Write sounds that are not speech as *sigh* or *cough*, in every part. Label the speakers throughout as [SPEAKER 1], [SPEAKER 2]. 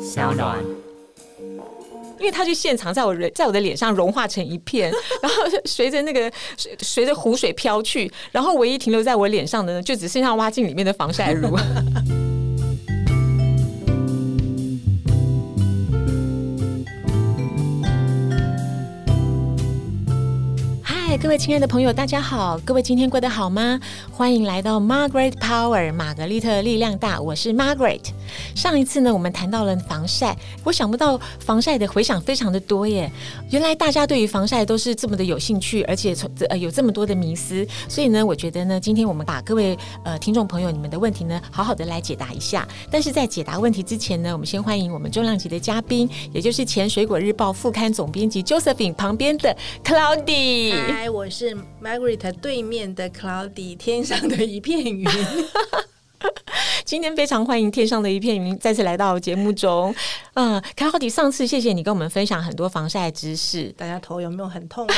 [SPEAKER 1] 小暖。
[SPEAKER 2] 因为他去现场，在我人在我的脸上融化成一片， *laughs* 然后随着那个随随着湖水飘去，然后唯一停留在我脸上的呢，就只剩下挖镜里面的防晒乳。嗨，各位亲爱的朋友，大家好！各位今天过得好吗？欢迎来到 Margaret Power 玛格丽特力量大，我是 Margaret。上一次呢，我们谈到了防晒，我想不到防晒的回响非常的多耶。原来大家对于防晒都是这么的有兴趣，而且从呃有这么多的迷思，所以呢，我觉得呢，今天我们把各位呃听众朋友你们的问题呢，好好的来解答一下。但是在解答问题之前呢，我们先欢迎我们重量级的嘉宾，也就是前《水果日报》副刊总编辑 Josephine 旁边的 Cloudy。
[SPEAKER 3] 嗨，我是 Margaret 对面的 Cloudy，天上的一
[SPEAKER 2] *laughs*
[SPEAKER 3] 片云。
[SPEAKER 2] 今天嗯非常欢迎天上的一片云再次来到节目中。嗯，卡奥迪，上次谢谢你跟我们分享很多防晒知识。
[SPEAKER 3] 大家头有没有很痛啊？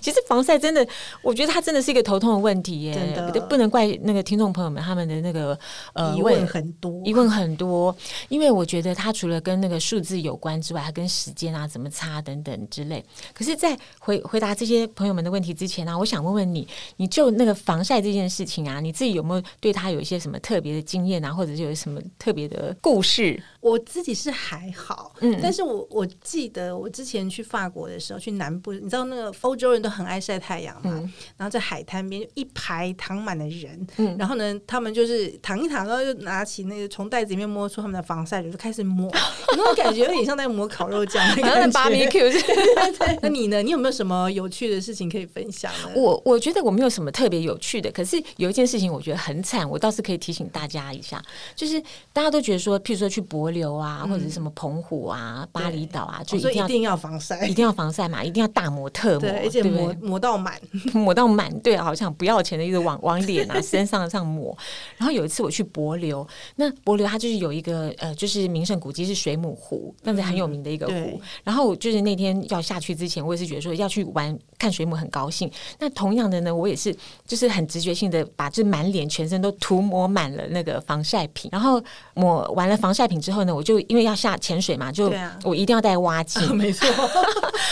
[SPEAKER 2] 其实防晒真的，我觉得它真的是一个头痛的问题耶，
[SPEAKER 3] 真的
[SPEAKER 2] 不不能怪那个听众朋友们他们的那个呃
[SPEAKER 3] 疑问很多，
[SPEAKER 2] 疑问很多，因为我觉得它除了跟那个数字有关之外，还跟时间啊、怎么差等等之类。可是，在回回答这些朋友们的问题之前呢、啊，我想问问你，你就那个防晒这件事情啊，你自己有没有对它有一些什么特别的经验啊，或者是有什么特别的故事？
[SPEAKER 3] 我自己是还好，
[SPEAKER 2] 嗯
[SPEAKER 3] 但是我我记得我之前去法国的时候，去南部，你知道那个欧洲人都很爱晒太阳嘛，
[SPEAKER 2] 嗯
[SPEAKER 3] 然后在海滩边一排躺满了人，
[SPEAKER 2] 嗯
[SPEAKER 3] 然后呢，他们就是躺一躺，然后就拿起那个从袋子里面摸出他们的防晒乳，就开始抹，
[SPEAKER 2] *laughs*
[SPEAKER 3] 有那种感觉有点像在抹烤肉酱的
[SPEAKER 2] 好像在
[SPEAKER 3] *laughs* 感觉。
[SPEAKER 2] barbecue 是
[SPEAKER 3] *laughs* 那你呢？你有没有什么有趣的事情可以分享呢？
[SPEAKER 2] 我我觉得我没有什么特别有趣的，可是有一件事情我觉得很惨，我倒是可以提醒大家一下，就是大家都觉得说，譬如说去帛琉啊，或者是什么澎湖啊、巴厘岛啊，就
[SPEAKER 3] 嗯我
[SPEAKER 2] 一
[SPEAKER 3] 说
[SPEAKER 2] 定
[SPEAKER 3] 哦一
[SPEAKER 2] 要。
[SPEAKER 3] 定要防晒
[SPEAKER 2] 一，定要防晒嘛，一定要大抹特抹，
[SPEAKER 3] 对，而且
[SPEAKER 2] 对不
[SPEAKER 3] 磨磨到满， *laughs*
[SPEAKER 2] 对 *laughs* 抹到满，对，啊好像不要钱的一直往往脸
[SPEAKER 3] *laughs*
[SPEAKER 2] 啊身上上抹。然后有一次我去帛琉，那帛琉它就是有一个呃，就是名胜古迹是水母湖，那是很有名的一个湖。
[SPEAKER 3] 嗯对
[SPEAKER 2] 然后我就是那天要下去之前，我也是觉得说要去玩看水母很高兴。那同样的呢，我也是就是很直觉性的把这满脸全身都涂抹满了那个防晒品，然后抹完了防晒品之后呢，我就因为要下潜水嘛，就
[SPEAKER 3] 对啊
[SPEAKER 2] 我一定要带蛙
[SPEAKER 3] *laughs*
[SPEAKER 2] 镜，
[SPEAKER 3] 没
[SPEAKER 2] *laughs*
[SPEAKER 3] 错，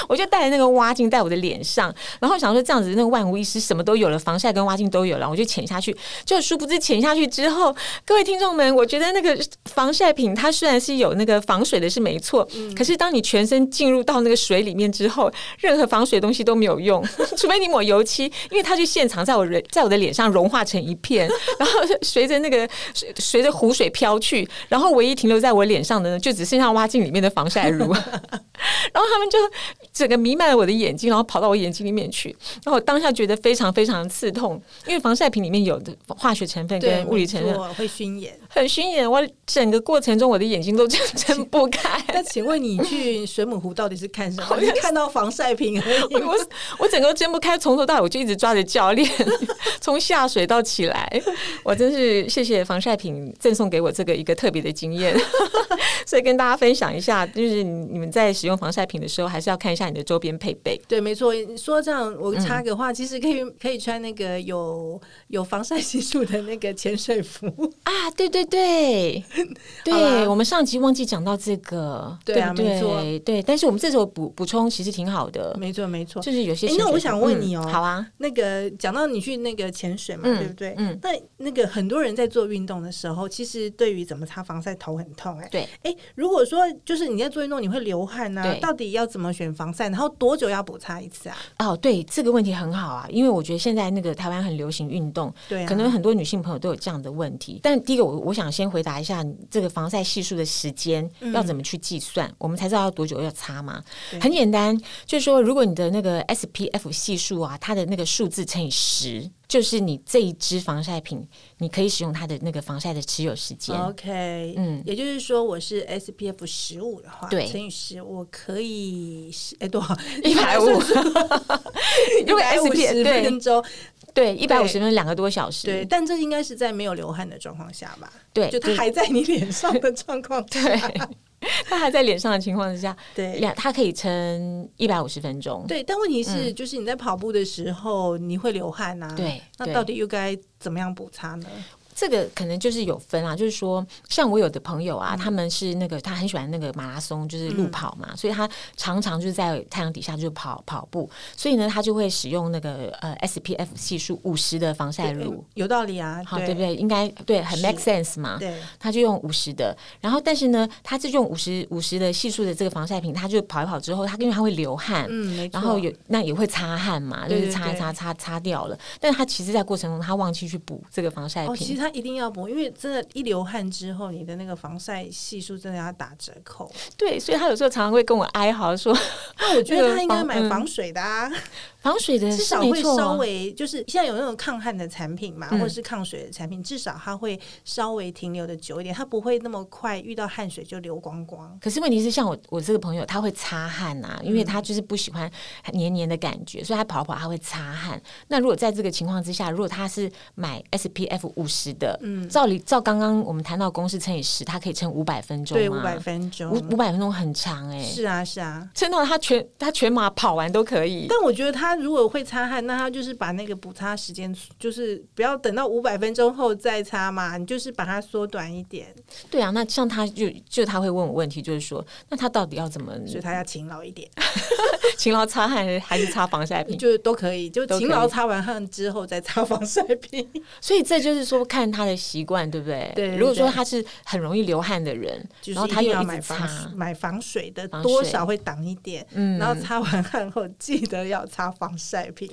[SPEAKER 2] 我就带那个蛙镜在我的脸上，然后想说这样子那个万无一失，什么都有了，防晒跟蛙镜都有了，我就潜下去。就殊不知潜下去之后，各位听众们，我觉得那个防晒品它虽然是有那个防水的是没错，可是当你全身进入到那个水里面之后，任何防水东西都没有用， *laughs* 除非你抹油漆，因为它就现场在我人在我的脸上融化成一片，然后随着那个随随着湖水飘去，然后唯一停留在我脸上的呢，就只剩下蛙镜里面的防晒乳。然后他们就整个弥漫了我的眼睛，然后跑到我眼睛里面去。然后我当下觉得非常非常刺痛，因为防晒品里面有的化学成分
[SPEAKER 3] 对，
[SPEAKER 2] 跟物理成
[SPEAKER 3] 没
[SPEAKER 2] 分
[SPEAKER 3] 错会熏眼。 *laughs*
[SPEAKER 2] 很熏眼，我整个过程中我的眼睛都睁睁不
[SPEAKER 3] *laughs*
[SPEAKER 2] 开。
[SPEAKER 3] 那请问你去水母湖到底是
[SPEAKER 2] *laughs*
[SPEAKER 3] 看什么？你是看到防晒品而已吗
[SPEAKER 2] 我我整个睁不开，从头到尾我就一直抓着教练， *laughs* 从下水到起来，我真是谢谢防晒品赠送给我这个一个特别的经验， *laughs* 所以跟大家分享一下，就是你你们在使用防晒品的时候，还是要看一下你的周边配备。
[SPEAKER 3] 对，没错。说这样，
[SPEAKER 2] 嗯
[SPEAKER 3] 我插个话，其实可以可以穿那个有有防晒系数的那个潜水服。 *laughs*
[SPEAKER 2] 啊，对对对，
[SPEAKER 3] 好
[SPEAKER 2] 对
[SPEAKER 3] 啦
[SPEAKER 2] 我们上集忘记讲到这个，
[SPEAKER 3] 对啊
[SPEAKER 2] 不对
[SPEAKER 3] 没错
[SPEAKER 2] 对，但是我们这时候补补充其实挺好的，
[SPEAKER 3] 没错，没错。
[SPEAKER 2] 就是有些
[SPEAKER 3] 诶
[SPEAKER 2] 潜水服。
[SPEAKER 3] 那我想问你哦
[SPEAKER 2] 嗯好啊，
[SPEAKER 3] 那个讲到你去那个潜水嘛，
[SPEAKER 2] 嗯
[SPEAKER 3] 对不对？
[SPEAKER 2] 嗯
[SPEAKER 3] 那那个很多人在做运动的时候，其实对于怎么擦防晒头很痛哎、诶
[SPEAKER 2] 对，
[SPEAKER 3] 哎、如果说就是你在做运动，你会流汗呐、
[SPEAKER 2] 对
[SPEAKER 3] 到底要怎么选防晒？然后多久要补擦一次啊？
[SPEAKER 2] 哦，对，这个问题很好啊，因为我觉得现在那个台湾很流行运动，
[SPEAKER 3] 对啊，
[SPEAKER 2] 可能很多女性朋友都有这样的问题。但第一个，我我想先回答一下这个防晒系数的时间
[SPEAKER 3] 嗯
[SPEAKER 2] 要怎么去计算，我们才知道要多久要擦嘛
[SPEAKER 3] 对。
[SPEAKER 2] 很简单，就是说，如果你的那个 SPF 系数啊，它的那个数字乘以十，就是你这一支防晒品，你可以使用它的那个防晒的持有时间。
[SPEAKER 3] OK，
[SPEAKER 2] 嗯
[SPEAKER 3] 嗯，也就是说，我是 SPF 十五的话，
[SPEAKER 2] 对
[SPEAKER 3] 乘以十，我可以是哎、多少？
[SPEAKER 2] 一百
[SPEAKER 3] *laughs*
[SPEAKER 2] 五，如果 *laughs* SPF
[SPEAKER 3] 十
[SPEAKER 2] 对
[SPEAKER 3] 分钟，
[SPEAKER 2] 对，一百五十分两个多小时，
[SPEAKER 3] 对，但这应该是在没有流汗的状况下吧？
[SPEAKER 2] 对
[SPEAKER 3] 就
[SPEAKER 2] 就
[SPEAKER 3] 它
[SPEAKER 2] 是
[SPEAKER 3] 还在你脸上的状况
[SPEAKER 2] *laughs* 对
[SPEAKER 3] 下，，
[SPEAKER 2] 它还在脸上的情况之下，
[SPEAKER 3] 对
[SPEAKER 2] 两它可以撑一百五十分钟。
[SPEAKER 3] 对。但问题是，就是你在跑步的时候，你会流汗呐、啊，
[SPEAKER 2] 嗯对
[SPEAKER 3] 那
[SPEAKER 2] 对
[SPEAKER 3] 到底又该怎么样补擦呢？
[SPEAKER 2] 这个可能就是有分啊，就是说，像我有的朋友啊，
[SPEAKER 3] 嗯
[SPEAKER 2] 他们是那个他很喜欢那个马拉松，就是路跑嘛，所以他常常就是在太阳底下就是跑跑步，所以呢，他就会使用那个呃 SPF 系数五十的防晒乳，
[SPEAKER 3] 有道理啊，
[SPEAKER 2] 好
[SPEAKER 3] 对
[SPEAKER 2] 对不对？应该对，很 make sense 嘛。 *laughs*
[SPEAKER 3] 对，
[SPEAKER 2] 他就用五十的，然后但是呢，他就用五十五十的系数的这个防晒品，他就跑一跑之后，他因为他会流汗，
[SPEAKER 3] 嗯，没错。
[SPEAKER 2] 然后有那也会擦汗嘛，就
[SPEAKER 3] 对
[SPEAKER 2] 是
[SPEAKER 3] 对
[SPEAKER 2] 擦一
[SPEAKER 3] 对
[SPEAKER 2] 擦擦擦掉了。但是他其实，在过程中他忘记去补这个防晒
[SPEAKER 3] 哦，其
[SPEAKER 2] 品，
[SPEAKER 3] 实它一定要补，因为真的，一流汗之后，你的那个防晒系数真的要打折扣。
[SPEAKER 2] 对，所以他有时候常常会跟我哀嚎说，
[SPEAKER 3] 那我觉
[SPEAKER 2] 那
[SPEAKER 3] 得
[SPEAKER 2] 个
[SPEAKER 3] 他应该
[SPEAKER 2] 防
[SPEAKER 3] 买
[SPEAKER 2] 嗯
[SPEAKER 3] 防水的啊，
[SPEAKER 2] *laughs* 防水的
[SPEAKER 3] 至
[SPEAKER 2] 是
[SPEAKER 3] 少
[SPEAKER 2] 没
[SPEAKER 3] 会
[SPEAKER 2] 错
[SPEAKER 3] 稍
[SPEAKER 2] 哦，
[SPEAKER 3] 微就是现在有那种抗汗的产品嘛，
[SPEAKER 2] 嗯
[SPEAKER 3] 或者是抗水的产品，至少它会稍微停留的久一点，它不会那么快遇到汗水就流光光。
[SPEAKER 2] 可是问题是，像我我这个朋友，他会擦汗呐、因为
[SPEAKER 3] 嗯
[SPEAKER 2] 他就是不喜欢黏黏的感觉，所以他跑跑他会擦汗。那如果在这个情况之下，如果他是买 SPF 五十的，
[SPEAKER 3] 嗯
[SPEAKER 2] 照理照刚刚我们谈到公式乘以十，它可以撑五百分钟、啊，
[SPEAKER 3] 对，五百分钟
[SPEAKER 2] 五五百分钟很长哎、
[SPEAKER 3] 是啊，是啊。
[SPEAKER 2] 撑到他全他全马跑完都可以。
[SPEAKER 3] 但我觉得他如果会擦汗，那他就是把那个补擦时间，就是不要等到五百分钟后再擦嘛，你就是把它缩短一点，
[SPEAKER 2] 对啊，那像他就就他会问我问题，就是说，那他到底要怎么
[SPEAKER 3] 所以他要勤劳一点。
[SPEAKER 2] *laughs* 嗯勤劳擦汗还是擦防晒品？
[SPEAKER 3] *laughs* 就是都可以，就
[SPEAKER 2] 都可以
[SPEAKER 3] 勤劳擦完汗之后再擦防晒
[SPEAKER 2] *laughs*
[SPEAKER 3] 品。
[SPEAKER 2] 所以这就是说看他的习惯，对不对？
[SPEAKER 3] 对对
[SPEAKER 2] 如果说
[SPEAKER 3] 对
[SPEAKER 2] 他是很容易流汗的人，
[SPEAKER 3] 就是
[SPEAKER 2] 然后
[SPEAKER 3] 一
[SPEAKER 2] 他
[SPEAKER 3] 定
[SPEAKER 2] 又
[SPEAKER 3] 要
[SPEAKER 2] 一
[SPEAKER 3] 买
[SPEAKER 2] 直
[SPEAKER 3] 防
[SPEAKER 2] 擦，
[SPEAKER 3] 买防水的，
[SPEAKER 2] 防水
[SPEAKER 3] 多少会挡一点。
[SPEAKER 2] 嗯，
[SPEAKER 3] 然后擦完汗后记得要擦防晒品，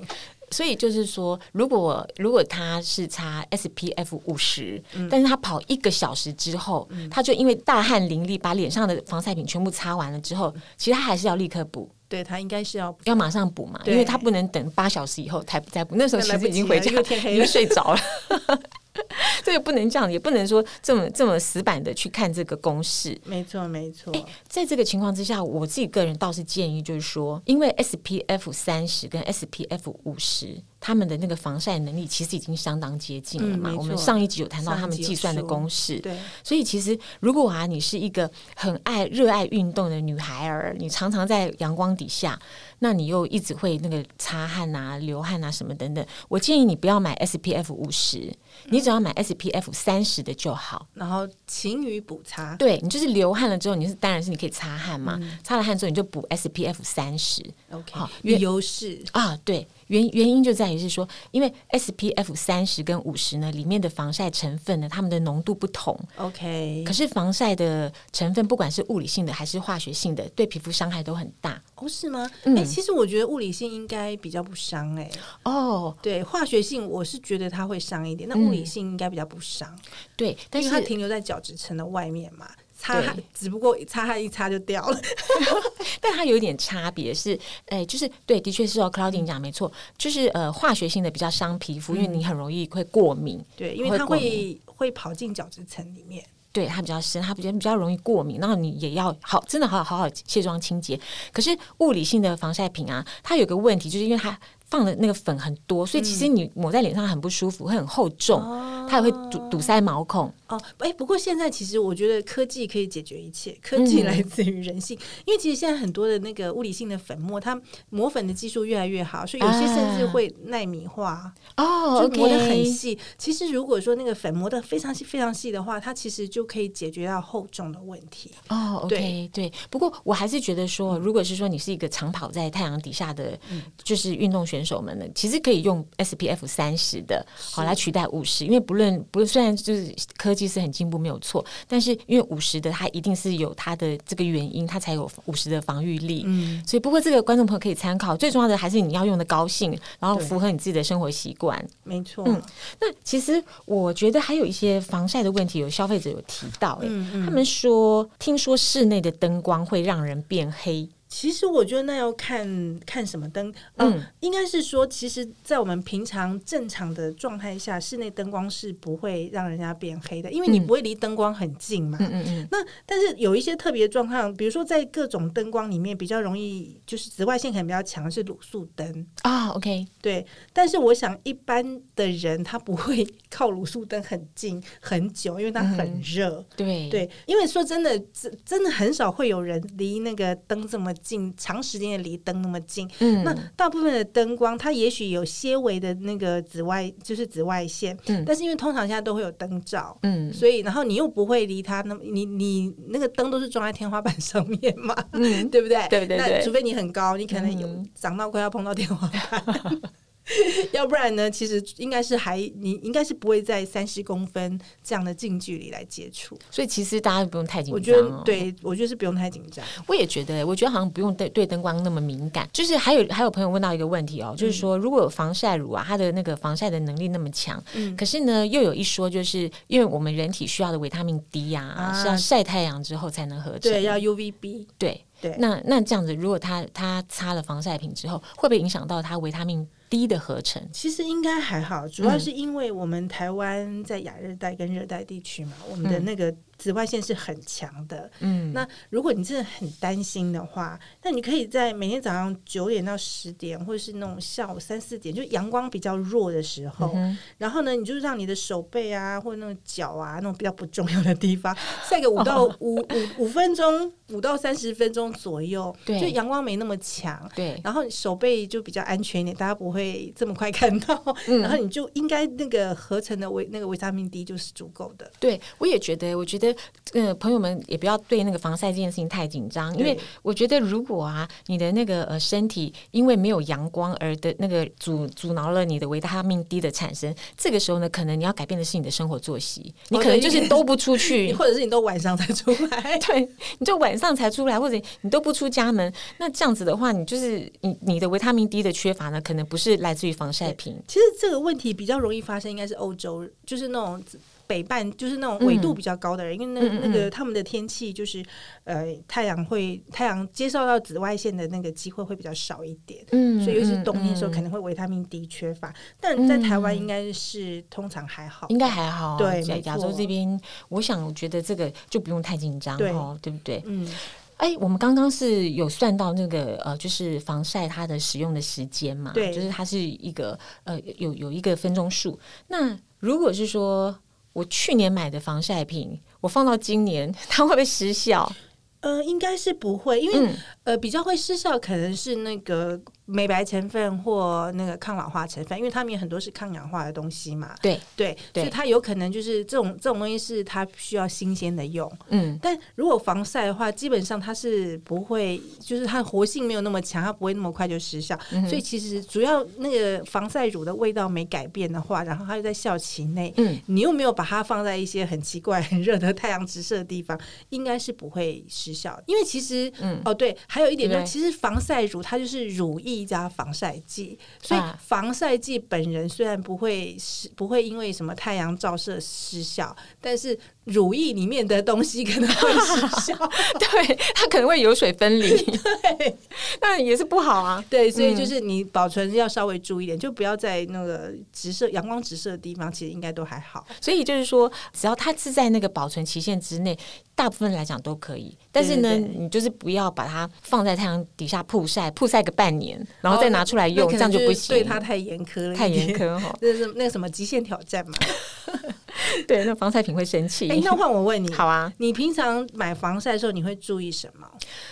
[SPEAKER 2] 所以就是说，如果如果他是擦 SPF 五十、
[SPEAKER 3] 嗯
[SPEAKER 2] 但是他跑一个小时之后，他就因为大汗淋漓，把脸上的防晒品全部擦完了之
[SPEAKER 3] 嗯
[SPEAKER 2] 后，其实他还是要立刻补。
[SPEAKER 3] 对他应该是要
[SPEAKER 2] 要马上补嘛，
[SPEAKER 3] 对
[SPEAKER 2] 因为他不能等八小时以后才再补，那时候其
[SPEAKER 3] 那来不
[SPEAKER 2] 实
[SPEAKER 3] 及
[SPEAKER 2] 已经回家
[SPEAKER 3] 了因为天黑
[SPEAKER 2] *laughs*
[SPEAKER 3] 了
[SPEAKER 2] 已经睡着了。这个不能这样，也不能说这么这么死板的去看这个公式。
[SPEAKER 3] 没错没错，
[SPEAKER 2] 在这个情况之下，我自己个人倒是建议，就是说，因为 SPF 三十跟 SPF 五十，他们的那个防晒能力其实已经相当接近了嘛。
[SPEAKER 3] 嗯没错
[SPEAKER 2] 我们上一集有谈到他们计算的公式，
[SPEAKER 3] 对
[SPEAKER 2] 所以其实如果啊，你是一个很爱热爱运动的女孩儿，你常常在阳光底下，那你又一直会那个擦汗啊、流汗啊什么等等，我建议你不要买 SPF 五十，你只要买 SPF 三十的就好。
[SPEAKER 3] 然后勤于补擦，
[SPEAKER 2] 对你就是流汗了之后，你是当然是你可以擦汗嘛，擦了汗之后你就补 SPF 三十。
[SPEAKER 3] 嗯，OK，
[SPEAKER 2] 好
[SPEAKER 3] 有优势，
[SPEAKER 2] 啊，对，原原因就在于是说，因为 SPF 三十跟五十呢，里面的防晒成分呢，它们的浓度不同。
[SPEAKER 3] OK，
[SPEAKER 2] 可是防晒的成分，不管是物理性的还是化学性的，对皮肤伤害都很大。
[SPEAKER 3] 哦是吗？哎、
[SPEAKER 2] 嗯
[SPEAKER 3] 其实我觉得物理性应该比较不伤哎、
[SPEAKER 2] 哦，
[SPEAKER 3] 对，化学性我是觉得它会伤一点，那物理性应该比较不伤，
[SPEAKER 2] 对，嗯但
[SPEAKER 3] 因
[SPEAKER 2] 是
[SPEAKER 3] 为它停留在角质层的外面嘛，擦汗
[SPEAKER 2] 对
[SPEAKER 3] 只不过擦汗一擦就掉了，
[SPEAKER 2] *laughs*
[SPEAKER 3] *laughs*
[SPEAKER 2] 但它有一点差别是，哎、就是对，的确是哦，Claudine 讲没错，就是呃，化学性的比较伤皮肤，因
[SPEAKER 3] 嗯
[SPEAKER 2] 为你很容易会过敏。
[SPEAKER 3] 对，因为它
[SPEAKER 2] 会过敏
[SPEAKER 3] 会会跑进角质层里面。
[SPEAKER 2] 对它比较深，它比较比较容易过敏，然后你也要好，真的好好好好卸妆清洁。可是物理性的防晒品啊，它有个问题，就是因为它放的那个粉很多，所以其实你抹在脸上很不舒服，会很厚重，它也会堵堵塞毛孔。
[SPEAKER 3] 哦，哎、不过现在其实我觉得科技可以解决一切，科技
[SPEAKER 2] 嗯
[SPEAKER 3] 来自于人性。因为其实现在很多的那个物理性的粉末，它磨粉的技术越来越好，所以有些甚至
[SPEAKER 2] 啊
[SPEAKER 3] 会纳米化，
[SPEAKER 2] 哦
[SPEAKER 3] 就磨得很细。其实如果说那个粉磨得非常细、非常细的话，它其实就可以解决到厚重的问题。
[SPEAKER 2] 哦，OK，对。不过我还是觉得说，
[SPEAKER 3] 嗯
[SPEAKER 2] 如果是说你是一个长跑在太阳底下的，就是运动选手们呢，其实可以用 SPF 三十的，好来取代五十，因为不论不虽然就是科技是很进步没有错，但是因为五十的它一定是有它的这个原因，它才有五十的防御力。
[SPEAKER 3] 嗯，
[SPEAKER 2] 所以，不过这个观众朋友可以参考，最重要的还是你要用的高兴，然后
[SPEAKER 3] 对
[SPEAKER 2] 符合你自己的生活习惯。
[SPEAKER 3] 没错。
[SPEAKER 2] 嗯那其实我觉得还有一些防晒的问题，有消费者有提到、欸，
[SPEAKER 3] 嗯嗯
[SPEAKER 2] 他们说听说室内的灯光会让人变黑，
[SPEAKER 3] 其实我觉得那要看看什么灯，
[SPEAKER 2] 嗯
[SPEAKER 3] 嗯，应该是说，其实，在我们平常正常的状态下，室内灯光是不会让人家变黑的，因为你
[SPEAKER 2] 嗯
[SPEAKER 3] 不会离灯光很近嘛。
[SPEAKER 2] 嗯嗯嗯，
[SPEAKER 3] 那但是有一些特别状况，比如说在各种灯光里面比较容易，就是紫外线可能比较强的是卤素灯，
[SPEAKER 2] 啊，OK，
[SPEAKER 3] 对。但是我想一般的人他不会 *laughs* 靠卤素灯很近很久，因为它很热。
[SPEAKER 2] 对
[SPEAKER 3] 对，因为说真的，真真的很少会有人离那个灯这么近，长时间的离灯那么近。
[SPEAKER 2] 嗯
[SPEAKER 3] 那大部分的灯光，它也许有些微的那个紫外，就是紫外线，
[SPEAKER 2] 嗯
[SPEAKER 3] 但是因为通常现在都会有灯罩，
[SPEAKER 2] 嗯
[SPEAKER 3] 所以然后你又不会离它那么，你你那个灯都是装在天花板上面嘛，
[SPEAKER 2] 嗯，
[SPEAKER 3] *laughs* 对不对？
[SPEAKER 2] 对对对
[SPEAKER 3] 那除非你很高，你可能有
[SPEAKER 2] 嗯
[SPEAKER 3] 长到快要碰到天花板。 *laughs* 要不然呢？其实应该是还你应该是不会在三十公分这样的近距离来接触。
[SPEAKER 2] 所以其实大家不用太紧张、哦。
[SPEAKER 3] 我觉得，，对我觉得是不用太紧张。
[SPEAKER 2] 我也觉得，我觉得好像不用对对灯光那么敏感。就是还有还有朋友问到一个问题哦，就是说如果有防晒乳啊，它的那个防晒的能力那么强，
[SPEAKER 3] 嗯
[SPEAKER 2] 可是呢又有一说，就是因为我们人体需要的维他命 D 呀、
[SPEAKER 3] 啊
[SPEAKER 2] 是要晒太阳之后才能合成。
[SPEAKER 3] 对，要 UVB。
[SPEAKER 2] 对
[SPEAKER 3] 对
[SPEAKER 2] 那那这样子，如果它它擦了防晒品之后，会不会影响到它维他命 D 的合成？
[SPEAKER 3] 其实应该还好，主
[SPEAKER 2] 嗯
[SPEAKER 3] 要是因为我们台湾在亚热带跟热带地区嘛，我们的那个紫外线是很强的。
[SPEAKER 2] 嗯
[SPEAKER 3] 那如果你真的很担心的话，那你可以在每天早上九点到十点，或者是那种下午三四点，就阳光比较弱的时候，
[SPEAKER 2] 嗯
[SPEAKER 3] 然后呢，你就让你的手背啊，或者那种脚啊，那种比较不重要的地方，晒个五到
[SPEAKER 2] 哦
[SPEAKER 3] 五五五分钟，五到三十分钟左右，
[SPEAKER 2] 对
[SPEAKER 3] 就阳光没那么强。
[SPEAKER 2] 对，
[SPEAKER 3] 然后手背就比较安全一点，大家不会这么快看到。
[SPEAKER 2] 嗯
[SPEAKER 3] 然后你就应该那个合成的维那个维他命 D 就是足够的。
[SPEAKER 2] 对，我也觉得，我觉得，呃，朋友们也不要对那个防晒这件事情太紧张，因为
[SPEAKER 3] 对
[SPEAKER 2] 我觉得，如果啊，你的那个呃身体因为没有阳光而的那个阻阻挠了你的维他命 D 的产生，这个时候呢，可能你要改变的是你的生活作息，你
[SPEAKER 3] 哦
[SPEAKER 2] 可能
[SPEAKER 3] 对
[SPEAKER 2] 就是
[SPEAKER 3] 你
[SPEAKER 2] 都不出 *laughs*
[SPEAKER 3] 你
[SPEAKER 2] 去。
[SPEAKER 3] 或者是你都晚上才出
[SPEAKER 2] *laughs*
[SPEAKER 3] 来，
[SPEAKER 2] 对，你就晚上才出来，或者你都不出家门，那这样子的话，你就是你你的维他命 D 的缺乏呢，可能不是来自于防晒品，
[SPEAKER 3] 其实这个问题比较容易发生，应该是欧洲，就是那种北半，就是那种纬度比较高的人，因
[SPEAKER 2] 嗯
[SPEAKER 3] 为
[SPEAKER 2] 嗯
[SPEAKER 3] 那
[SPEAKER 2] 嗯
[SPEAKER 3] 那个他们的天气就是，呃，太阳会太阳接受到紫外线的那个机会会比较少一点。
[SPEAKER 2] 嗯
[SPEAKER 3] 所以，尤其是
[SPEAKER 2] 嗯
[SPEAKER 3] 冬天的时候，
[SPEAKER 2] 嗯
[SPEAKER 3] 可能会维他命 D 缺乏，但在台湾应该是通常还好。
[SPEAKER 2] 应该还好。啊
[SPEAKER 3] 对
[SPEAKER 2] 在
[SPEAKER 3] 没
[SPEAKER 2] 亚洲
[SPEAKER 3] 错
[SPEAKER 2] 这边，我想我觉得这个就不用太紧张
[SPEAKER 3] 对
[SPEAKER 2] 哦，对不对？
[SPEAKER 3] 嗯，
[SPEAKER 2] 哎，我们刚刚是有算到那个呃，就是防晒它的使用的时间嘛，
[SPEAKER 3] 对
[SPEAKER 2] 就是它是一个呃有有一个分钟数。那如果是说我去年买的防晒品，我放到今年，它会不会失效？
[SPEAKER 3] 呃，应该是不会，因为、
[SPEAKER 2] 嗯
[SPEAKER 3] 呃，比较会失效可能是那个美白成分或那个抗老化成分，因为它们有很多是抗氧化的东西嘛。
[SPEAKER 2] 对，
[SPEAKER 3] 对，
[SPEAKER 2] 对
[SPEAKER 3] 所以它有可能就是这种这种东西是它需要新鲜的用，
[SPEAKER 2] 嗯
[SPEAKER 3] 但如果防晒的话，基本上它是不会，就是它活性没有那么强，它不会那么快就失效。
[SPEAKER 2] 嗯哼
[SPEAKER 3] 所以其实主要那个防晒乳的味道没改变的话，然后它又在效期内，
[SPEAKER 2] 嗯，
[SPEAKER 3] 你又没有把它放在一些很奇怪、 *laughs* 很热的太阳直射的地方，应该是不会失效。因为其实，
[SPEAKER 2] 嗯
[SPEAKER 3] 哦，对，还有一点就是，
[SPEAKER 2] 对
[SPEAKER 3] 其实防晒乳它就是乳液加防晒剂，所以
[SPEAKER 2] 啊
[SPEAKER 3] 防晒剂本人虽然不会失，不会因为什么太阳照射失效，但是乳液里面的东西可能会失
[SPEAKER 2] *laughs*
[SPEAKER 3] 效。
[SPEAKER 2] *laughs* 对，它可能会油水分 *laughs* 离，
[SPEAKER 3] 对
[SPEAKER 2] 那也是不好啊。
[SPEAKER 3] 对，所以就是你保存要稍微注意一点，就不要在那个直射阳光直射的地方，其实应该都还好。
[SPEAKER 2] 所以就是说，只要它是在那个保存期限之内，大部分来讲都可以。但是呢，
[SPEAKER 3] 对对对
[SPEAKER 2] 你就是不要把它放在太阳底下曝晒，曝晒个半年，然后再拿出来
[SPEAKER 3] 那
[SPEAKER 2] 用，
[SPEAKER 3] 可
[SPEAKER 2] 这
[SPEAKER 3] 能
[SPEAKER 2] 样就不
[SPEAKER 3] 是
[SPEAKER 2] 行。
[SPEAKER 3] 对它太严苛了，。
[SPEAKER 2] 太严。苛哦哈
[SPEAKER 3] 这是 *laughs* 那个什么极限挑战嘛？
[SPEAKER 2] 对，那防晒品会生气。
[SPEAKER 3] 哎、那换我 *laughs* 问你，
[SPEAKER 2] 好啊，
[SPEAKER 3] 你平常买防晒的时候，你会注意什么？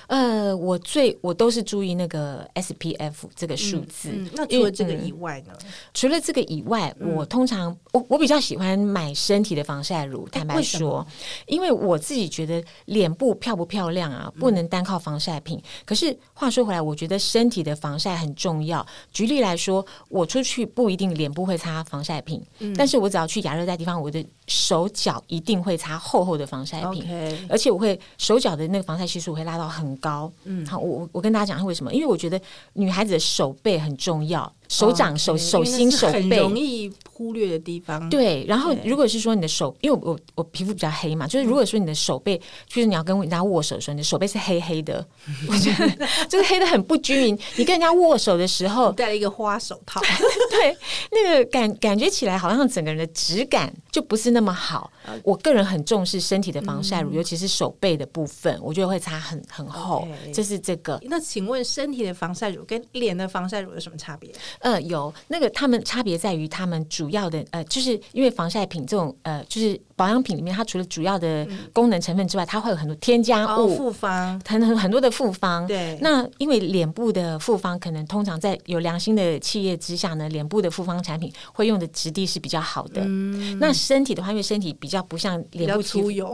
[SPEAKER 2] 呃，我最我都是注意那个 SPF 这个数字、
[SPEAKER 3] 嗯，那
[SPEAKER 2] 因
[SPEAKER 3] 除
[SPEAKER 2] 为
[SPEAKER 3] 了这个
[SPEAKER 2] 嗯
[SPEAKER 3] 以外呢？
[SPEAKER 2] 除了这个以外，
[SPEAKER 3] 嗯
[SPEAKER 2] 我通常我我比较喜欢买身体的防晒乳。坦白
[SPEAKER 3] 为什
[SPEAKER 2] 说
[SPEAKER 3] 么，
[SPEAKER 2] 因为我自己觉得脸部漂不漂亮
[SPEAKER 3] 嗯
[SPEAKER 2] 啊，不能单靠防晒品。可是话说回来，我觉得身体的防晒很重要。举例来说，我出去不一定脸部会擦防晒品，
[SPEAKER 3] 嗯
[SPEAKER 2] 但是我只要去亚热带地方，我的手脚一定会擦厚厚的防晒品。
[SPEAKER 3] OK，
[SPEAKER 2] 而且我会手脚的那个防晒系数会拉到很高。嗯，好，我我我跟大家讲一下为什么？因为我觉得女孩子的手背很重要，手掌、手
[SPEAKER 3] OK，
[SPEAKER 2] 手
[SPEAKER 3] 因为那
[SPEAKER 2] 心、
[SPEAKER 3] 是
[SPEAKER 2] 手
[SPEAKER 3] 很
[SPEAKER 2] 背。
[SPEAKER 3] 容易忽略的地方。，
[SPEAKER 2] 对，然后
[SPEAKER 3] 对嗯
[SPEAKER 2] 如果是说你的手，因为我我我皮肤比较黑嘛，就是如果说你的手背，就是你要跟人家握手的时候，你的手背是黑黑的，我觉得 *laughs* 就是黑的很不均匀。你跟人家握手的时候，
[SPEAKER 3] 戴了一个花手套。 *laughs*
[SPEAKER 2] *laughs* 对那个感感觉起来好像整个人的质感就不是那么好。
[SPEAKER 3] 啊
[SPEAKER 2] 我个人很重视身体的防晒
[SPEAKER 3] 嗯
[SPEAKER 2] 乳，尤其是手背的部分，我觉得会擦很很厚。
[SPEAKER 3] OK
[SPEAKER 2] 这是这个
[SPEAKER 3] 那请问身体的防晒乳跟脸的防晒乳有什么差别？
[SPEAKER 2] 呃，有那个他们差别在于他们主要的呃，就是因为防晒品这种呃，就是保养品里面，它除了主要的功能成分之外，它会有很多添加
[SPEAKER 3] 嗯哦，
[SPEAKER 2] 物，
[SPEAKER 3] 复方，
[SPEAKER 2] 很很很多的复方。
[SPEAKER 3] 对，
[SPEAKER 2] 那因为脸部的复方，可能通常在有良心的企业之下呢，脸部的复方产品会用的质地是比较好的。
[SPEAKER 3] 嗯，
[SPEAKER 2] 那身体的话，因为身体比较不像
[SPEAKER 3] 比
[SPEAKER 2] 脸
[SPEAKER 3] 较
[SPEAKER 2] 部皮
[SPEAKER 3] 粗
[SPEAKER 2] 肤， *laughs*
[SPEAKER 3] 油，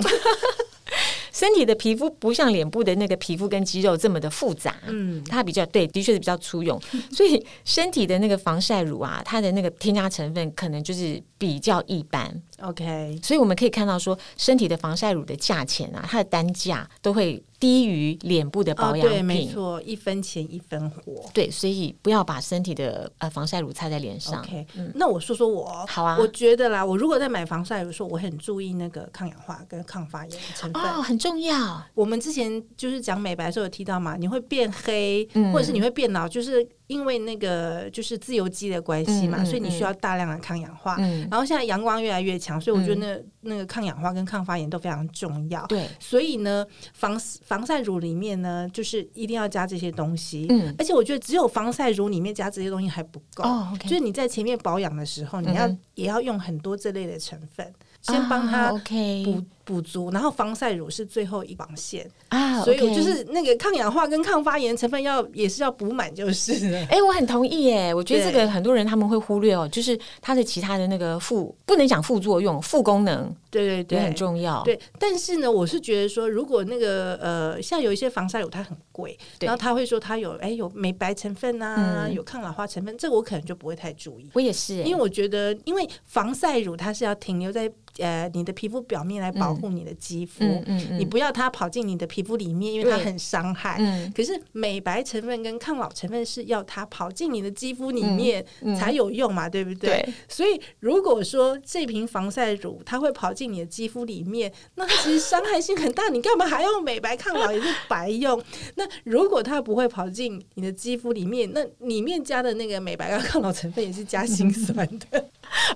[SPEAKER 2] 身体的皮肤不像脸部的那个皮肤跟肌肉这么的复杂。
[SPEAKER 3] 嗯，
[SPEAKER 2] 它比较对，的确是比较粗
[SPEAKER 3] *laughs*
[SPEAKER 2] 勇，所以身体的那个防晒乳啊，它的那个添加成分可能就是比较一般，
[SPEAKER 3] OK，
[SPEAKER 2] 所以我们可以看到说，身体的防晒乳的价钱啊，它的单价都会低于脸部的
[SPEAKER 3] 哦，
[SPEAKER 2] 保养
[SPEAKER 3] 对，没
[SPEAKER 2] 品。
[SPEAKER 3] 错，一分钱一分货。
[SPEAKER 2] 对，所以不要把身体的呃防晒乳擦在脸上。哦
[SPEAKER 3] OK，、那我说说我，
[SPEAKER 2] 嗯好啊
[SPEAKER 3] 我觉得啦，我如果在买防晒乳的时候，我很注意那个抗氧化跟抗发炎的成分。
[SPEAKER 2] 哦，很重要。
[SPEAKER 3] 我们之前就是讲美白的时候有提到嘛，你会变黑，
[SPEAKER 2] 嗯
[SPEAKER 3] 或者是你会变老，就是因为那个就是自由基的关系嘛，
[SPEAKER 2] 嗯嗯
[SPEAKER 3] 所以你需要大量的抗氧化。
[SPEAKER 2] 嗯，
[SPEAKER 3] 然后现在阳光越来越强，所以我觉得那、那个抗氧化跟抗发炎都非常重要。
[SPEAKER 2] 对，
[SPEAKER 3] 所以呢，防防晒乳里面呢，就是一定要加这些东西。
[SPEAKER 2] 嗯，
[SPEAKER 3] 而且我觉得只有防晒乳里面加这些东西还不够。
[SPEAKER 2] 哦
[SPEAKER 3] 就
[SPEAKER 2] ，OK，
[SPEAKER 3] 是你在前面保养的时候，你要、
[SPEAKER 2] 嗯
[SPEAKER 3] 也要用很多这类的成分，先帮
[SPEAKER 2] 啊
[SPEAKER 3] 它补
[SPEAKER 2] ，OK
[SPEAKER 3] 补足，然后防晒乳是最后一绑线，
[SPEAKER 2] 啊，
[SPEAKER 3] 所以我
[SPEAKER 2] OK
[SPEAKER 3] 就是那个抗氧化跟抗发炎成分要也是要补满
[SPEAKER 2] *laughs*
[SPEAKER 3] 就是了。
[SPEAKER 2] 哎、我很同意耶！我觉得这
[SPEAKER 3] 对
[SPEAKER 2] 个很多人他们会忽略哦，就是它的其他的那个副不能讲副作用，副功能
[SPEAKER 3] 对对
[SPEAKER 2] 也
[SPEAKER 3] 对
[SPEAKER 2] 很。重要。
[SPEAKER 3] 对，但是呢，我是觉得说，如果那个呃，像有一些防晒乳它很贵，
[SPEAKER 2] 对
[SPEAKER 3] 然后他会说它有哎有美白成分啊，
[SPEAKER 2] 嗯
[SPEAKER 3] 有抗老化成分，这个我可能就不会太注意。
[SPEAKER 2] 我也是耶，
[SPEAKER 3] 因为我觉得，因为防晒乳它是要停留在呃你的皮肤表面来保护你的肌肤，
[SPEAKER 2] 嗯嗯嗯，
[SPEAKER 3] 你不要它跑进你的皮肤里面，因为
[SPEAKER 2] 对
[SPEAKER 3] 它很伤害。
[SPEAKER 2] 嗯
[SPEAKER 3] 可是美白成分跟抗老成分是要它跑进你的肌肤里面
[SPEAKER 2] 嗯
[SPEAKER 3] 才有用嘛，对不对？
[SPEAKER 2] 对
[SPEAKER 3] 所以如果说这瓶防晒乳它会跑进你的肌肤里面，那它其实伤害性很大，你干嘛还要美白抗老也是白
[SPEAKER 2] *laughs*
[SPEAKER 3] 用？那如果它不会跑进你的肌肤里面，那里面加的那个美白跟抗老成分也是加辛酸
[SPEAKER 2] *laughs*
[SPEAKER 3] 的。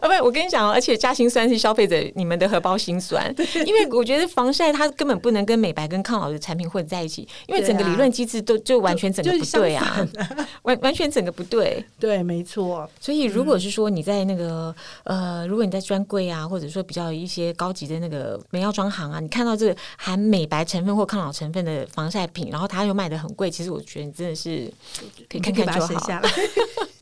[SPEAKER 2] 啊，不，我跟你讲哦，而且加心酸是消费者你们的荷包心酸， *laughs* 因为我觉得防晒它根本不能跟美白跟抗老的产品混在一起，因为
[SPEAKER 3] 对
[SPEAKER 2] 整个
[SPEAKER 3] 啊
[SPEAKER 2] 理论机制都就完全整个
[SPEAKER 3] 就
[SPEAKER 2] 不
[SPEAKER 3] 是
[SPEAKER 2] 对啊，完完全整个不对。
[SPEAKER 3] 对，没错，
[SPEAKER 2] 所以，
[SPEAKER 3] 嗯
[SPEAKER 2] 如果是说你在那个、呃，如果你在专柜啊，或者说比较一些高级的那个美药妆行啊，你看到这个含美白成分或抗老成分的防晒品，然后它又卖的很贵，其实我觉得你真的是可以看看
[SPEAKER 3] 把
[SPEAKER 2] 就
[SPEAKER 3] 它省
[SPEAKER 2] 好。*laughs*
[SPEAKER 3] 下来。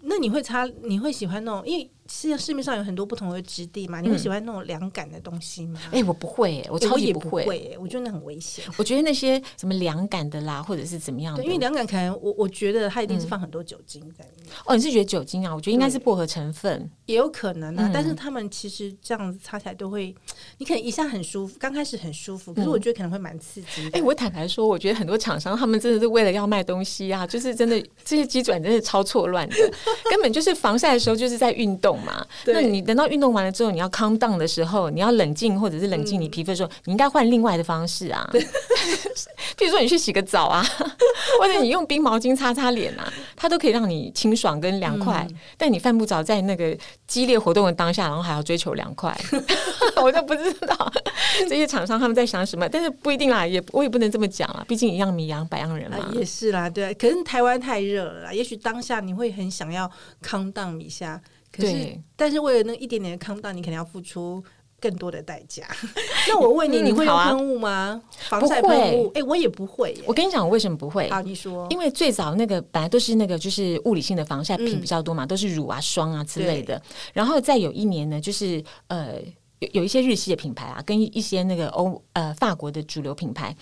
[SPEAKER 3] 那你会擦？你会喜欢那种？因为市市面上有很多不同的质地嘛，你会喜欢那种凉感的东西吗？
[SPEAKER 2] 嗯哎、我不会、耶我
[SPEAKER 3] 欸
[SPEAKER 2] 超级
[SPEAKER 3] 也
[SPEAKER 2] 不
[SPEAKER 3] 不
[SPEAKER 2] 会。嗯
[SPEAKER 3] 欸我觉得那很危险。
[SPEAKER 2] 我觉得那些什么凉感的啦，或者是怎么样的
[SPEAKER 3] 对，因，为凉感可能我我觉得它一定
[SPEAKER 2] 嗯
[SPEAKER 3] 是放很多酒精在里面，
[SPEAKER 2] 哦，你是觉得酒精啊？我觉得应该是薄荷成分。
[SPEAKER 3] 也有可能啊。
[SPEAKER 2] 嗯
[SPEAKER 3] 但是他们其实这样子擦起来都会，你可能一下很舒服，刚开始很舒服，可是
[SPEAKER 2] 嗯
[SPEAKER 3] 我觉得可能会蛮刺激的。
[SPEAKER 2] 哎、我坦白说，我觉得很多厂商他们真的是为了要卖东西啊，就是真
[SPEAKER 3] *laughs*
[SPEAKER 2] 的这些机转真的超错乱的，根本就是防晒的时候就是在运动嘛。
[SPEAKER 3] *laughs* 对
[SPEAKER 2] 那你等到运动完了之后，你要 calm down 的时候，你要冷静或者是冷
[SPEAKER 3] 嗯
[SPEAKER 2] 静你皮肤的时候，你应该换另外的方式啊。 *laughs* 譬如说你去洗个澡啊， *laughs* 或者你用冰毛巾擦擦脸啊，它都可以让你清爽跟凉快。
[SPEAKER 3] 嗯
[SPEAKER 2] 但你犯不着在那个激烈活动的当下，然后还要追求凉快， *laughs* 我都不知道这些厂商他们在想什么。但是不一定啦，也我也不能这么讲啦，毕竟一样米养百样人嘛。
[SPEAKER 3] 啊，也是啦，对啊。可是台湾太热了啦，也许当下你会很想要 calm down 一下，可是
[SPEAKER 2] 对
[SPEAKER 3] 但是为了那一点点的 calm down，你可能要付出更多的代
[SPEAKER 2] *laughs*
[SPEAKER 3] 价。那我问你，
[SPEAKER 2] 嗯
[SPEAKER 3] 你会用
[SPEAKER 2] 好啊
[SPEAKER 3] 喷雾吗？防
[SPEAKER 2] 不
[SPEAKER 3] 晒喷
[SPEAKER 2] 会
[SPEAKER 3] 雾？哎、我也不会耶、
[SPEAKER 2] 我跟你讲，我为什么不会？
[SPEAKER 3] 好，你说，
[SPEAKER 2] 因为最早那个本来都是那个就是物理性的防晒品
[SPEAKER 3] 嗯
[SPEAKER 2] 比较多嘛，都是乳啊、霜啊之类的。然后再有一年呢，就是呃有有一些日系的品牌啊，跟一些那个欧呃法国的主流品牌。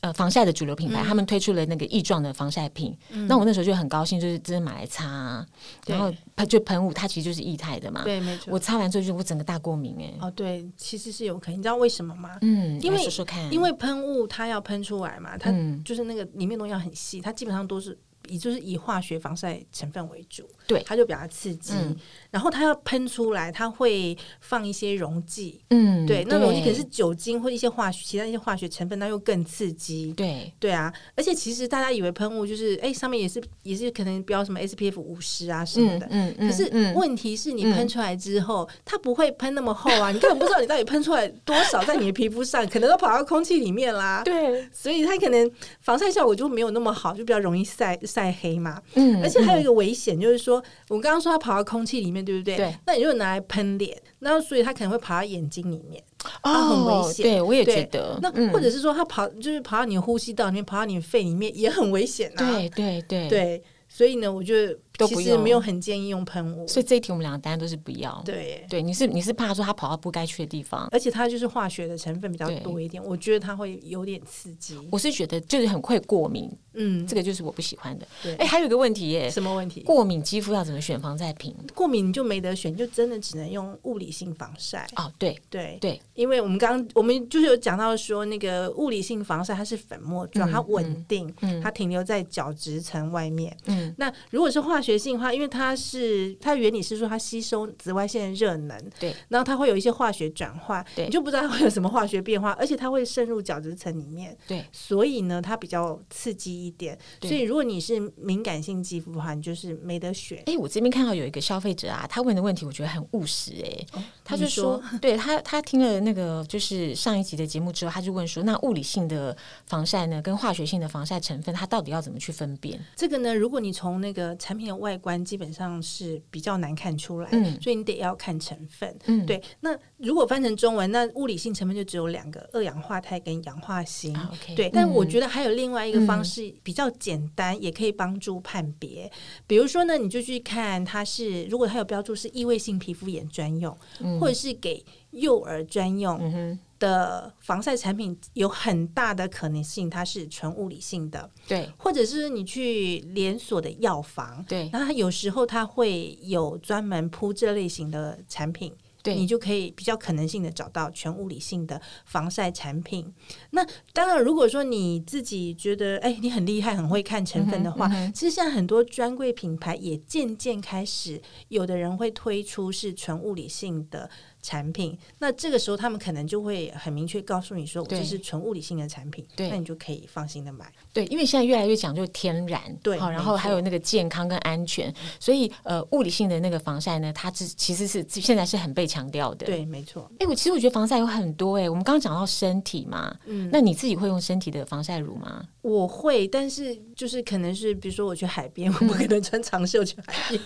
[SPEAKER 2] 呃，防晒的主流品
[SPEAKER 3] 嗯
[SPEAKER 2] 牌，他们推出了那个异状的防晒品。那我那时候就很高兴，就是真的买来擦、啊，
[SPEAKER 3] 对
[SPEAKER 2] 然后喷就喷雾，它其实就是液态的嘛。
[SPEAKER 3] 对，没错。
[SPEAKER 2] 我擦完之后，就我整个大过敏哎、
[SPEAKER 3] 哦，对，其实是有可能，你知道为什么吗？
[SPEAKER 2] 嗯，
[SPEAKER 3] 因为
[SPEAKER 2] 来说说看，
[SPEAKER 3] 因为喷雾它要喷出来嘛，它
[SPEAKER 2] 嗯
[SPEAKER 3] 就是那个里面东西要很细，它基本上都是以就是以化学防晒成分为主，
[SPEAKER 2] 对
[SPEAKER 3] 它就比较刺激。
[SPEAKER 2] 嗯
[SPEAKER 3] 然后它要喷出来，它会放一些溶剂，
[SPEAKER 2] 嗯，
[SPEAKER 3] 对，那溶剂可能是酒精或一些化学其他一些化学成分，那又更刺激。
[SPEAKER 2] 对
[SPEAKER 3] 对啊，而且其实大家以为喷雾就是哎、上面也是也是可能标什么 SPF 五十啊什么
[SPEAKER 2] 嗯
[SPEAKER 3] 的，
[SPEAKER 2] 嗯嗯，
[SPEAKER 3] 可是
[SPEAKER 2] 嗯
[SPEAKER 3] 问题是你喷出来之后，它不会喷那么厚啊，你 *laughs* 根本不知道你到底喷出来多少在你的皮肤上，可能都跑到空气里面啦。
[SPEAKER 2] 对，
[SPEAKER 3] 所以它可能防晒效果就没有那么好，就比较容易晒晒黑嘛。
[SPEAKER 2] 嗯
[SPEAKER 3] 而且还有一个危险就是说，我刚刚说它跑到空气里面，对不对？
[SPEAKER 2] 对。
[SPEAKER 3] 那你如果拿来喷脸，那所以它可能会跑到眼睛里面，它很危险。
[SPEAKER 2] 哦对，我也
[SPEAKER 3] 对
[SPEAKER 2] 觉得。
[SPEAKER 3] 那
[SPEAKER 2] 嗯
[SPEAKER 3] 或者是说，它跑就是跑到你的呼吸道里面，跑到你的肺里面也很危险啊。
[SPEAKER 2] 对对对，
[SPEAKER 3] 对，所以呢，我觉得
[SPEAKER 2] 都不
[SPEAKER 3] 其实没有
[SPEAKER 2] 用
[SPEAKER 3] 很建议用喷雾。
[SPEAKER 2] 所以这一题我们两个答案都是不要。
[SPEAKER 3] 对，
[SPEAKER 2] 对，你是你是怕说他跑到不该去的地方。
[SPEAKER 3] 而且它就是化学的成分比较
[SPEAKER 2] 对
[SPEAKER 3] 多一点，我觉得它会有点刺激。
[SPEAKER 2] 我是觉得就是很会过敏，
[SPEAKER 3] 嗯，
[SPEAKER 2] 这个就是我不喜欢的。
[SPEAKER 3] 对
[SPEAKER 2] 哎、还有一个问题耶，
[SPEAKER 3] 什么问题？
[SPEAKER 2] 过敏肌肤要怎么选防晒品？
[SPEAKER 3] 过敏你就没得选，就真的只能用物理性防晒。
[SPEAKER 2] 哦，对
[SPEAKER 3] 对
[SPEAKER 2] 对，
[SPEAKER 3] 因为我们刚我们就是有讲到说，那个物理性防晒它是粉末
[SPEAKER 2] 嗯
[SPEAKER 3] 状，它稳定，
[SPEAKER 2] 嗯
[SPEAKER 3] 它停留在角质层外面。
[SPEAKER 2] 嗯，
[SPEAKER 3] 那如果是化学性的话，因为它是它的原理是说它吸收紫外线的热能，
[SPEAKER 2] 对，
[SPEAKER 3] 然后它会有一些化学转化，
[SPEAKER 2] 对
[SPEAKER 3] 你就不知道它会有什么化学变化，而且它会渗入角质层里面，
[SPEAKER 2] 对，
[SPEAKER 3] 所以呢，它比较刺激一点。
[SPEAKER 2] 对
[SPEAKER 3] 所以如果你是敏感性肌肤的话，你就是没得选。
[SPEAKER 2] 哎、我这边看到有一个消费者啊，他问的问题我觉得很务实哎、他就
[SPEAKER 3] 哦你说
[SPEAKER 2] 说，对他他听了那个就是上一集的节目之后，他就问说，那物理性的防晒呢，跟化学性的防晒成分，它到底要怎么去分辨？
[SPEAKER 3] 这个呢，如果你从那个产品的外观，基本上是比较难看出来，
[SPEAKER 2] 嗯
[SPEAKER 3] 所以你得要看成分。
[SPEAKER 2] 嗯，
[SPEAKER 3] 对，那如果翻成中文，那物理性成分就只有两个：二氧化钛跟氧化锌。
[SPEAKER 2] 啊，OK，
[SPEAKER 3] 对，但我
[SPEAKER 2] 嗯
[SPEAKER 3] 觉得还有另外一个方式比较简单，也可以帮助判别。比如说呢，你就去看它是，如果它有标注是异位性皮肤炎专用，或者是给幼儿专用
[SPEAKER 2] 嗯哼，
[SPEAKER 3] 的防晒产品，有很大的可能性它是纯物理性的，
[SPEAKER 2] 对
[SPEAKER 3] 或者是你去连锁的药房。
[SPEAKER 2] 对
[SPEAKER 3] 那它有时候它会有专门铺这类型的产品，你
[SPEAKER 2] 对，
[SPEAKER 3] 就可以比较可能性的找到全物理性的防晒产品。那当然，如果说你自己觉得哎、你很厉害，很会看成分的
[SPEAKER 2] 嗯
[SPEAKER 3] 话，其实现在很多专柜品牌也渐渐开始，有的人会推出是纯物理性的产品。那这个时候，他们可能就会很明确告诉你说，我
[SPEAKER 2] 对
[SPEAKER 3] 这是纯物理性的产品，
[SPEAKER 2] 对
[SPEAKER 3] 那你就可以放心的买。
[SPEAKER 2] 对，因为现在越来越讲究天然，
[SPEAKER 3] 对
[SPEAKER 2] 好，然
[SPEAKER 3] 没
[SPEAKER 2] 后还
[SPEAKER 3] 错
[SPEAKER 2] 有那个健康跟安全，所以呃，物理性的那个防晒呢，它是其实是现在是很被强调的。，
[SPEAKER 3] 对，没错。
[SPEAKER 2] 哎、我其实我觉得防晒有很多哎、我们刚刚讲到身体嘛，
[SPEAKER 3] 嗯
[SPEAKER 2] 那你自己会用身体的防晒乳吗？
[SPEAKER 3] 我会，但是就是可能是，比如说我去海边，我 *laughs* 不可能穿长袖去
[SPEAKER 2] *laughs*
[SPEAKER 3] 海边，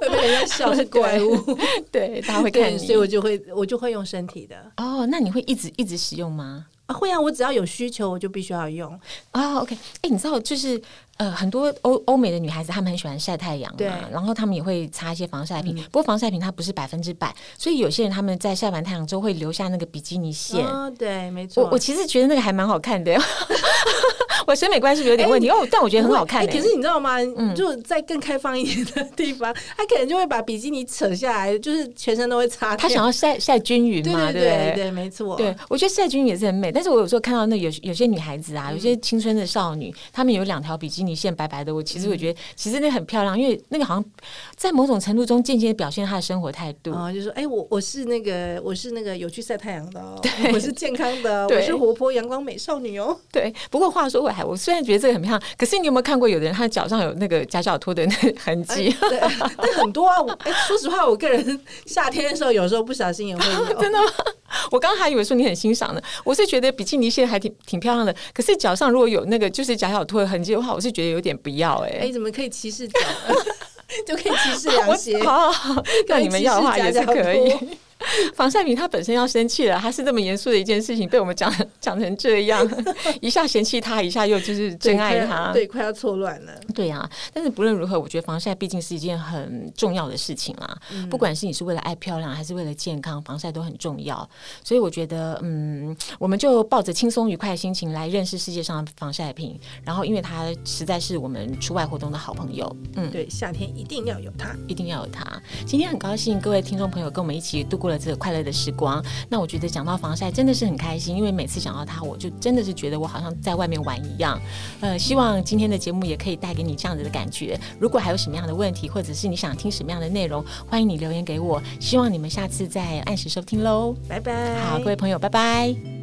[SPEAKER 3] 会被人家笑是怪物。
[SPEAKER 2] 对，大家会看
[SPEAKER 3] *laughs* 对，
[SPEAKER 2] 你。
[SPEAKER 3] 所以我就会我就会用身体的
[SPEAKER 2] 哦，那你会一直一直使用吗？
[SPEAKER 3] 啊，会啊，我只要有需求我就必须要用，
[SPEAKER 2] 啊、o k 哎、你知道就是呃，很多欧欧美的女孩子她们很喜欢晒太阳
[SPEAKER 3] 对嗯
[SPEAKER 2] 嘛，然后她们也会擦一些防晒品，不过防晒品它不是百分之百，所以有些人她们在晒完太阳之后会留下那个比基尼线。
[SPEAKER 3] 啊，对，没错
[SPEAKER 2] 我。我其实觉得那个还蛮好看的， *laughs* 我审美观是不是有点问题？哦，但我觉得很好看、
[SPEAKER 3] 哎
[SPEAKER 2] 欸
[SPEAKER 3] 可是你知道吗？就在更开放一点的地方， *laughs* 他可能就会把比基尼扯下来，就是全身都会擦掉。
[SPEAKER 2] 她想要晒晒均匀
[SPEAKER 3] 对
[SPEAKER 2] 嘛，
[SPEAKER 3] 对
[SPEAKER 2] 不
[SPEAKER 3] 对对，没错。
[SPEAKER 2] 对，我觉得晒均匀也是很美，但是我有时候看到那有有些女孩子
[SPEAKER 3] 嗯
[SPEAKER 2] 啊，有些青春的少女，她们有两条比基尼线白白的，我其实我
[SPEAKER 3] 嗯
[SPEAKER 2] 觉得其实那很漂亮，因为那个好像在某种程度中间接地表现她的生活态度。
[SPEAKER 3] 啊、就说哎、我我是那个我是那个有去晒太阳的哦，我是健康的哦，
[SPEAKER 2] 对
[SPEAKER 3] 我是活泼阳光美少女哦。
[SPEAKER 2] 对，不过话说回来，我虽然觉得这个很漂亮，可是你有没有看过有的人他的脚上有那个夹脚拖的那个痕迹？
[SPEAKER 3] 对，但很多啊，我哎、说实话，我个人夏天的时候，有时候不小心也会有。
[SPEAKER 2] *laughs* 真的吗？我刚刚还以为说你很欣赏呢，我是觉得比基尼线还挺挺漂亮的，可是脚上如果有那个就是夹脚拖的痕迹的话，我是觉得有点不要哎、
[SPEAKER 3] 哎、怎么可以歧视脚？ *laughs* 就可以歧视凉鞋
[SPEAKER 2] 我？好好
[SPEAKER 3] *laughs*
[SPEAKER 2] 好，那你们要的话也是可
[SPEAKER 3] 尤其是
[SPEAKER 2] 以
[SPEAKER 3] 夹脚。
[SPEAKER 2] *laughs* 防晒品它本身要生气了，它是这么严肃的一件事情，被我们讲 *laughs* 讲成这样， *laughs* 一下嫌弃它，一下又就是
[SPEAKER 3] 对
[SPEAKER 2] 真爱它。
[SPEAKER 3] 对，快要错乱了。
[SPEAKER 2] 对啊，但是不论如何，我觉得防晒毕竟是一件很重要的事情啦。不管是你是为了爱漂亮，还是为了健康，防晒都很重要。所以我觉得，嗯，我们就抱着轻松愉快的心情来认识世界上的防晒品，然后因为它实在是我们出外活动的好朋友。嗯。
[SPEAKER 3] 对，夏天一定要有它。
[SPEAKER 2] 一定要有它。今天很高兴各位听众朋友跟我们一起度过了这个快乐的时光。那我觉得讲到防晒真的是很开心，因为每次讲到它，我就真的是觉得我好像在外面玩一样。呃，希望今天的节目也可以带给你这样子的感觉。如果还有什么样的问题，或者是你想听什么样的内容，欢迎你留言给我。希望你们下次再按时收听喽。
[SPEAKER 3] 拜拜。
[SPEAKER 2] 好，各位朋友，拜拜。